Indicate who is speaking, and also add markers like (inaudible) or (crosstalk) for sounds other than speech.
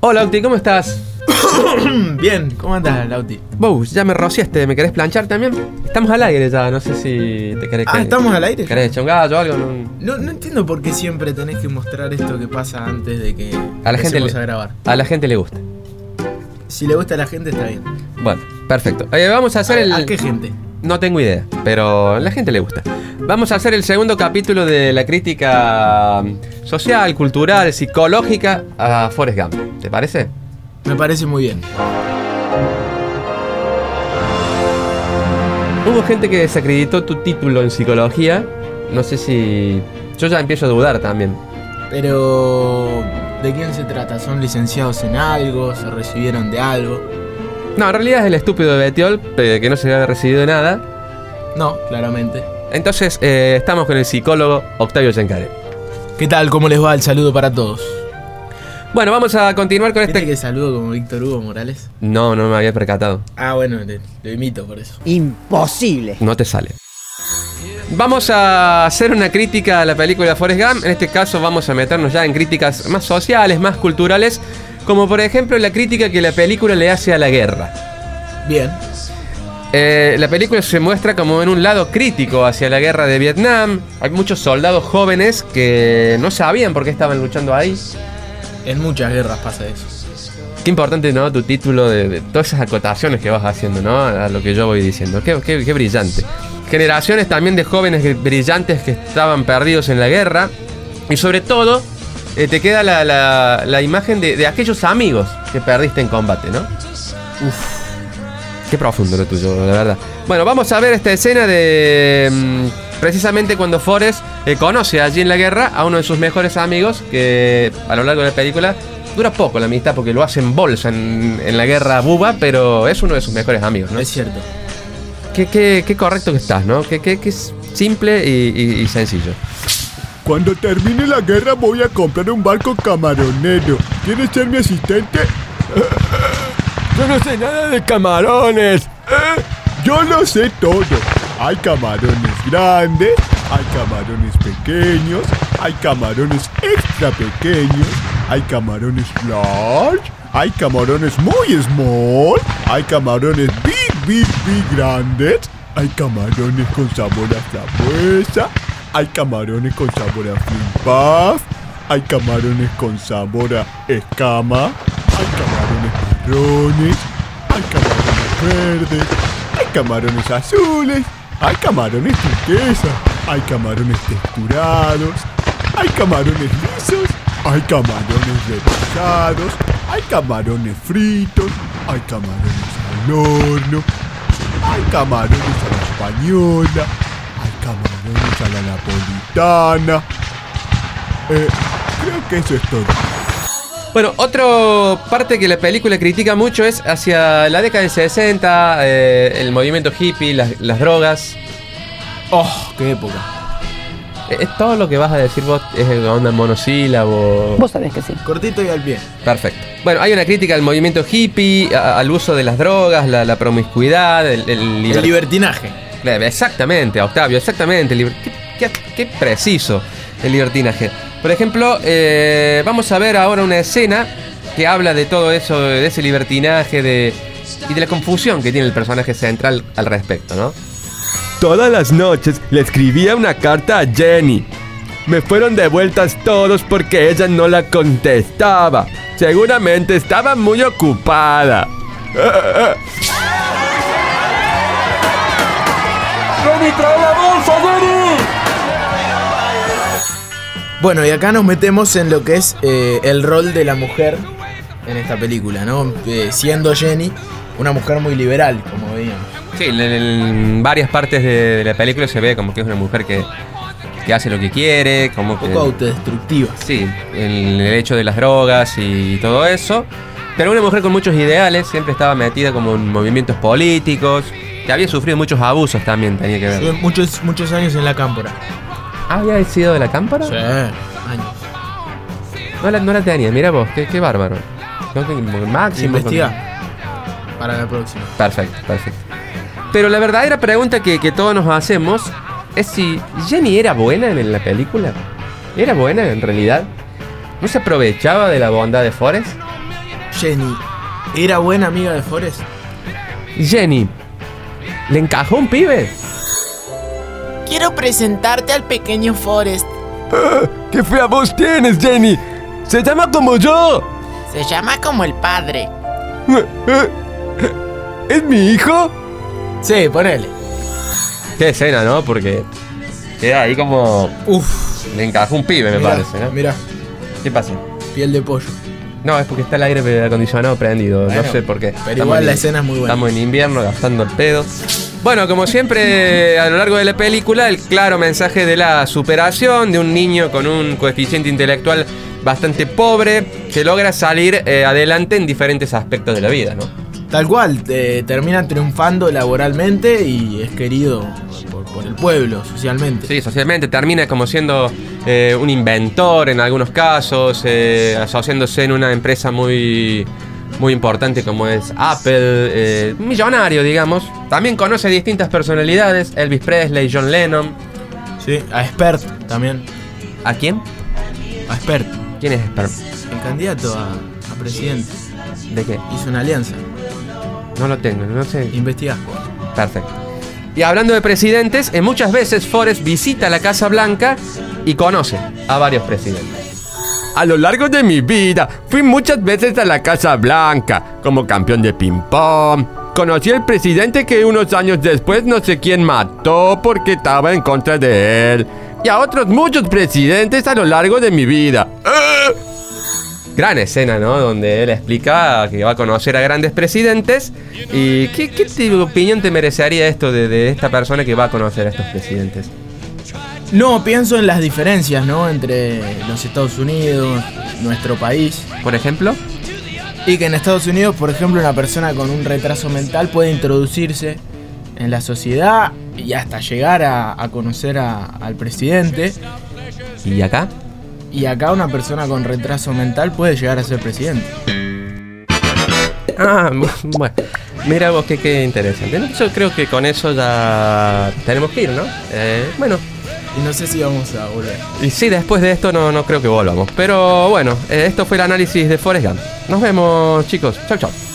Speaker 1: Hola, Octi, ¿cómo estás?
Speaker 2: Mm, Bien, ¿cómo andas, Lauti?
Speaker 1: Vos, ya me rociaste, ¿me querés planchar también? Estamos al aire ya, no sé si te querés...
Speaker 2: Ah, ¿estamos al aire?
Speaker 1: ¿Querés echar un gallo o algo? No-
Speaker 2: No, no entiendo por qué siempre tenés que mostrar esto que pasa antes de que
Speaker 1: A la gente
Speaker 2: empecemos
Speaker 1: le-
Speaker 2: a grabar.
Speaker 1: A la gente le gusta.
Speaker 2: Si le gusta a la gente, está bien.
Speaker 1: Bueno, perfecto. Eh, vamos a hacer el...
Speaker 2: ¿A, a qué gente?
Speaker 1: No tengo idea, pero a la gente le gusta. Vamos a hacer el segundo capítulo de la crítica mm, social, cultural, psicológica a Forrest Gump. ¿Te parece?
Speaker 2: Me parece muy bien.
Speaker 1: Hubo gente que desacreditó tu título en psicología. No sé si... Yo ya empiezo a dudar también.
Speaker 2: Pero. ¿De quién se trata? ¿Son licenciados en algo? ¿Se recibieron de algo?
Speaker 1: No, en realidad es el estúpido de Betiol, eh, que no se había recibido de nada.
Speaker 2: No, claramente.
Speaker 1: Entonces, eh, estamos con el psicólogo Octavio Yancare.
Speaker 2: ¿Qué tal? ¿Cómo les va? El saludo para todos.
Speaker 1: Bueno, vamos a continuar con
Speaker 2: ¿Viste
Speaker 1: este...
Speaker 2: que saludo como Víctor Hugo Morales?
Speaker 1: No, no me había percatado.
Speaker 2: Ah, bueno, le- lo imito por eso.
Speaker 3: Imposible.
Speaker 1: No te sale. Vamos a hacer una crítica a la película Forrest Gump. En este caso vamos a meternos ya en críticas más sociales, más culturales, como por ejemplo la crítica que la película le hace a la guerra.
Speaker 2: Bien.
Speaker 1: Eh, la película se muestra como en un lado crítico hacia la guerra de Vietnam. Hay muchos soldados jóvenes que no sabían por qué estaban luchando ahí.
Speaker 2: En muchas guerras pasa eso.
Speaker 1: Qué importante, ¿no? Tu título de, de todas esas acotaciones que vas haciendo, ¿no? A lo que yo voy diciendo. Qué, qué- qué brillante. Generaciones también de jóvenes gr- brillantes que estaban perdidos en la guerra. Y sobre todo, eh, te queda la, la- la imagen de, de aquellos amigos que perdiste en combate, ¿no? Uf. Qué profundo lo tuyo, la verdad. Bueno, vamos a ver esta escena de. mm, precisamente cuando Forrest eh, conoce allí en la guerra a uno de sus mejores amigos, que a lo largo de la película dura poco la amistad porque lo hacen bolsa en, en la guerra buba, pero es uno de sus mejores amigos, ¿no?
Speaker 2: No es cierto.
Speaker 1: Qué, qué- qué correcto que estás, ¿no? Qué, qué- qué s- simple y- y- y sencillo.
Speaker 4: Cuando termine la guerra voy a comprar un barco camaronero. ¿Quieres ser mi asistente? Yo no sé nada de camarones. ¿Eh? Yo lo sé todo. Hay camarones grandes, hay camarones pequeños, hay camarones extra pequeños, hay camarones large, hay camarones muy small, hay camarones big, big, big grandes, hay camarones con sabor a frambuesa, hay camarones con sabor a flim puff, hay camarones con sabor a escama, hay camarones marrones, hay camarones verdes, hay camarones azules, hay camarones turquesa, hay camarones texturados, hay camarones lisos, hay camarones reposados, hay camarones fritos, hay camarones al horno, hay camarones a la española. Hay camarones a la napolitana. Eh, creo que eso es todo.
Speaker 1: Bueno, otra parte que la película critica mucho es hacia la década del 60, eh, el movimiento hippie, las, las drogas.
Speaker 2: ¡Oh, qué época!
Speaker 1: Eh, Es todo lo que vas a decir vos es el onda monosílabo.
Speaker 5: Vos sabés que sí.
Speaker 2: Cortito y al pie.
Speaker 1: Perfecto. Bueno, hay una crítica al movimiento hippie, a- al uso de las drogas, la, la promiscuidad, el, el liber-
Speaker 2: El libertinaje.
Speaker 1: Claro, Exactamente, Octavio, exactamente. liber- Qué, qué- qué preciso el libertinaje. Por ejemplo, eh, vamos a ver ahora una escena que habla de todo eso, de ese libertinaje de, y de la confusión que tiene el personaje central al respecto, ¿no?
Speaker 6: Todas las noches le escribía una carta a Jenny. Me fueron devueltas todos porque ella no la contestaba. Seguramente estaba muy ocupada.
Speaker 2: Bueno, y acá nos metemos en lo que es eh, el rol de la mujer en esta película, ¿no? Eh, siendo Jenny una mujer muy liberal, como veíamos.
Speaker 1: Sí, en, en varias partes de, de la película se ve como que es una mujer que, que hace lo que quiere, como
Speaker 2: Un
Speaker 1: que...
Speaker 2: poco autodestructiva.
Speaker 1: Sí, el, el hecho de las drogas y todo eso. Pero una mujer con muchos ideales, siempre estaba metida como en movimientos políticos, que había sufrido muchos abusos también, tenía que ver. Ah,
Speaker 2: Estuve Muchos, muchos años en la cámpora.
Speaker 1: ¿Había sido de la cámpara?
Speaker 2: años.
Speaker 1: No, la, no la tenía, mira vos, qué, qué bárbaro. No, que- máximo.
Speaker 2: Investiga. Para la próxima.
Speaker 1: Perfecto, perfecto. Pero la verdadera pregunta que, que todos nos hacemos es si Jenny era buena en la película. ¿Era buena en realidad? ¿No se aprovechaba de la bondad de Forrest?
Speaker 2: Jenny era buena amiga de Forrest.
Speaker 1: Jenny, ¿le encajó un pibe?
Speaker 3: Quiero presentarte al pequeño Forrest.
Speaker 6: ¡Qué fea voz tienes, Jenny! ¡Se llama como yo!
Speaker 3: Se llama como el padre.
Speaker 6: ¿Es mi hijo?
Speaker 2: Sí, ponele.
Speaker 1: Qué escena, ¿no? Porque queda ahí como...
Speaker 2: Uf,
Speaker 1: Le encajó un pibe, me
Speaker 2: mirá,
Speaker 1: parece, ¿no?
Speaker 2: mirá,
Speaker 1: ¿Qué pasa?
Speaker 2: piel de pollo.
Speaker 1: No, es porque está el aire acondicionado prendido,
Speaker 2: Bueno,
Speaker 1: no sé por qué. Pero
Speaker 2: igual la escena es muy buena.
Speaker 1: Estamos en invierno, gastando el pedo. Bueno, como siempre, a lo largo de la película, el claro mensaje de la superación de un niño con un coeficiente intelectual bastante pobre que logra salir eh, adelante en diferentes aspectos de la vida, ¿no?
Speaker 2: Tal cual, te- termina triunfando laboralmente y es querido por, por el pueblo, socialmente.
Speaker 1: Sí, socialmente termina como siendo eh, un inventor en algunos casos, eh, asociándose en una empresa muy, muy importante como es Apple, eh, millonario, digamos. También conoce distintas personalidades, Elvis Presley, John Lennon.
Speaker 2: Sí, a Spert también.
Speaker 1: ¿A quién?
Speaker 2: A Spert,
Speaker 1: ¿Quién es Sperm?
Speaker 2: el candidato a, a presidente.
Speaker 1: ¿De qué?
Speaker 2: Hizo una alianza.
Speaker 1: No lo tengo, no sé.
Speaker 2: Investigá.
Speaker 1: Perfecto. Y hablando de presidentes, eh, muchas veces Forrest visita la Casa Blanca y conoce a varios presidentes.
Speaker 6: A lo largo de mi vida fui muchas veces a la Casa Blanca como campeón de ping-pong. Conocí al presidente que unos años después no sé quién mató porque estaba en contra de él. Y a otros muchos presidentes a lo largo de mi vida.
Speaker 1: Gran escena, ¿no? Donde él explica que va a conocer a grandes presidentes. ¿Y qué, qué te- opinión te merecería esto de, de esta persona que va a conocer a estos presidentes?
Speaker 2: No, pienso en las diferencias, ¿no? Entre los Estados Unidos, nuestro país.
Speaker 1: Por ejemplo,
Speaker 2: Y que en Estados Unidos, por ejemplo, una persona con un retraso mental puede introducirse en la sociedad y hasta llegar a, a conocer a- al presidente.
Speaker 1: ¿y acá?
Speaker 2: Y acá una persona con retraso mental puede llegar a ser presidente.
Speaker 1: Ah, (laughs) bueno. Mira vos qué, qué interesante. ¿no? Yo creo que con eso ya tenemos que ir, ¿no? Eh, bueno,
Speaker 2: Y no sé si vamos a volver.
Speaker 1: Y sí, después de esto no, no creo que volvamos. Pero bueno, eh, esto fue el análisis de Forrest Gump. Nos vemos, chicos. Chau, chau.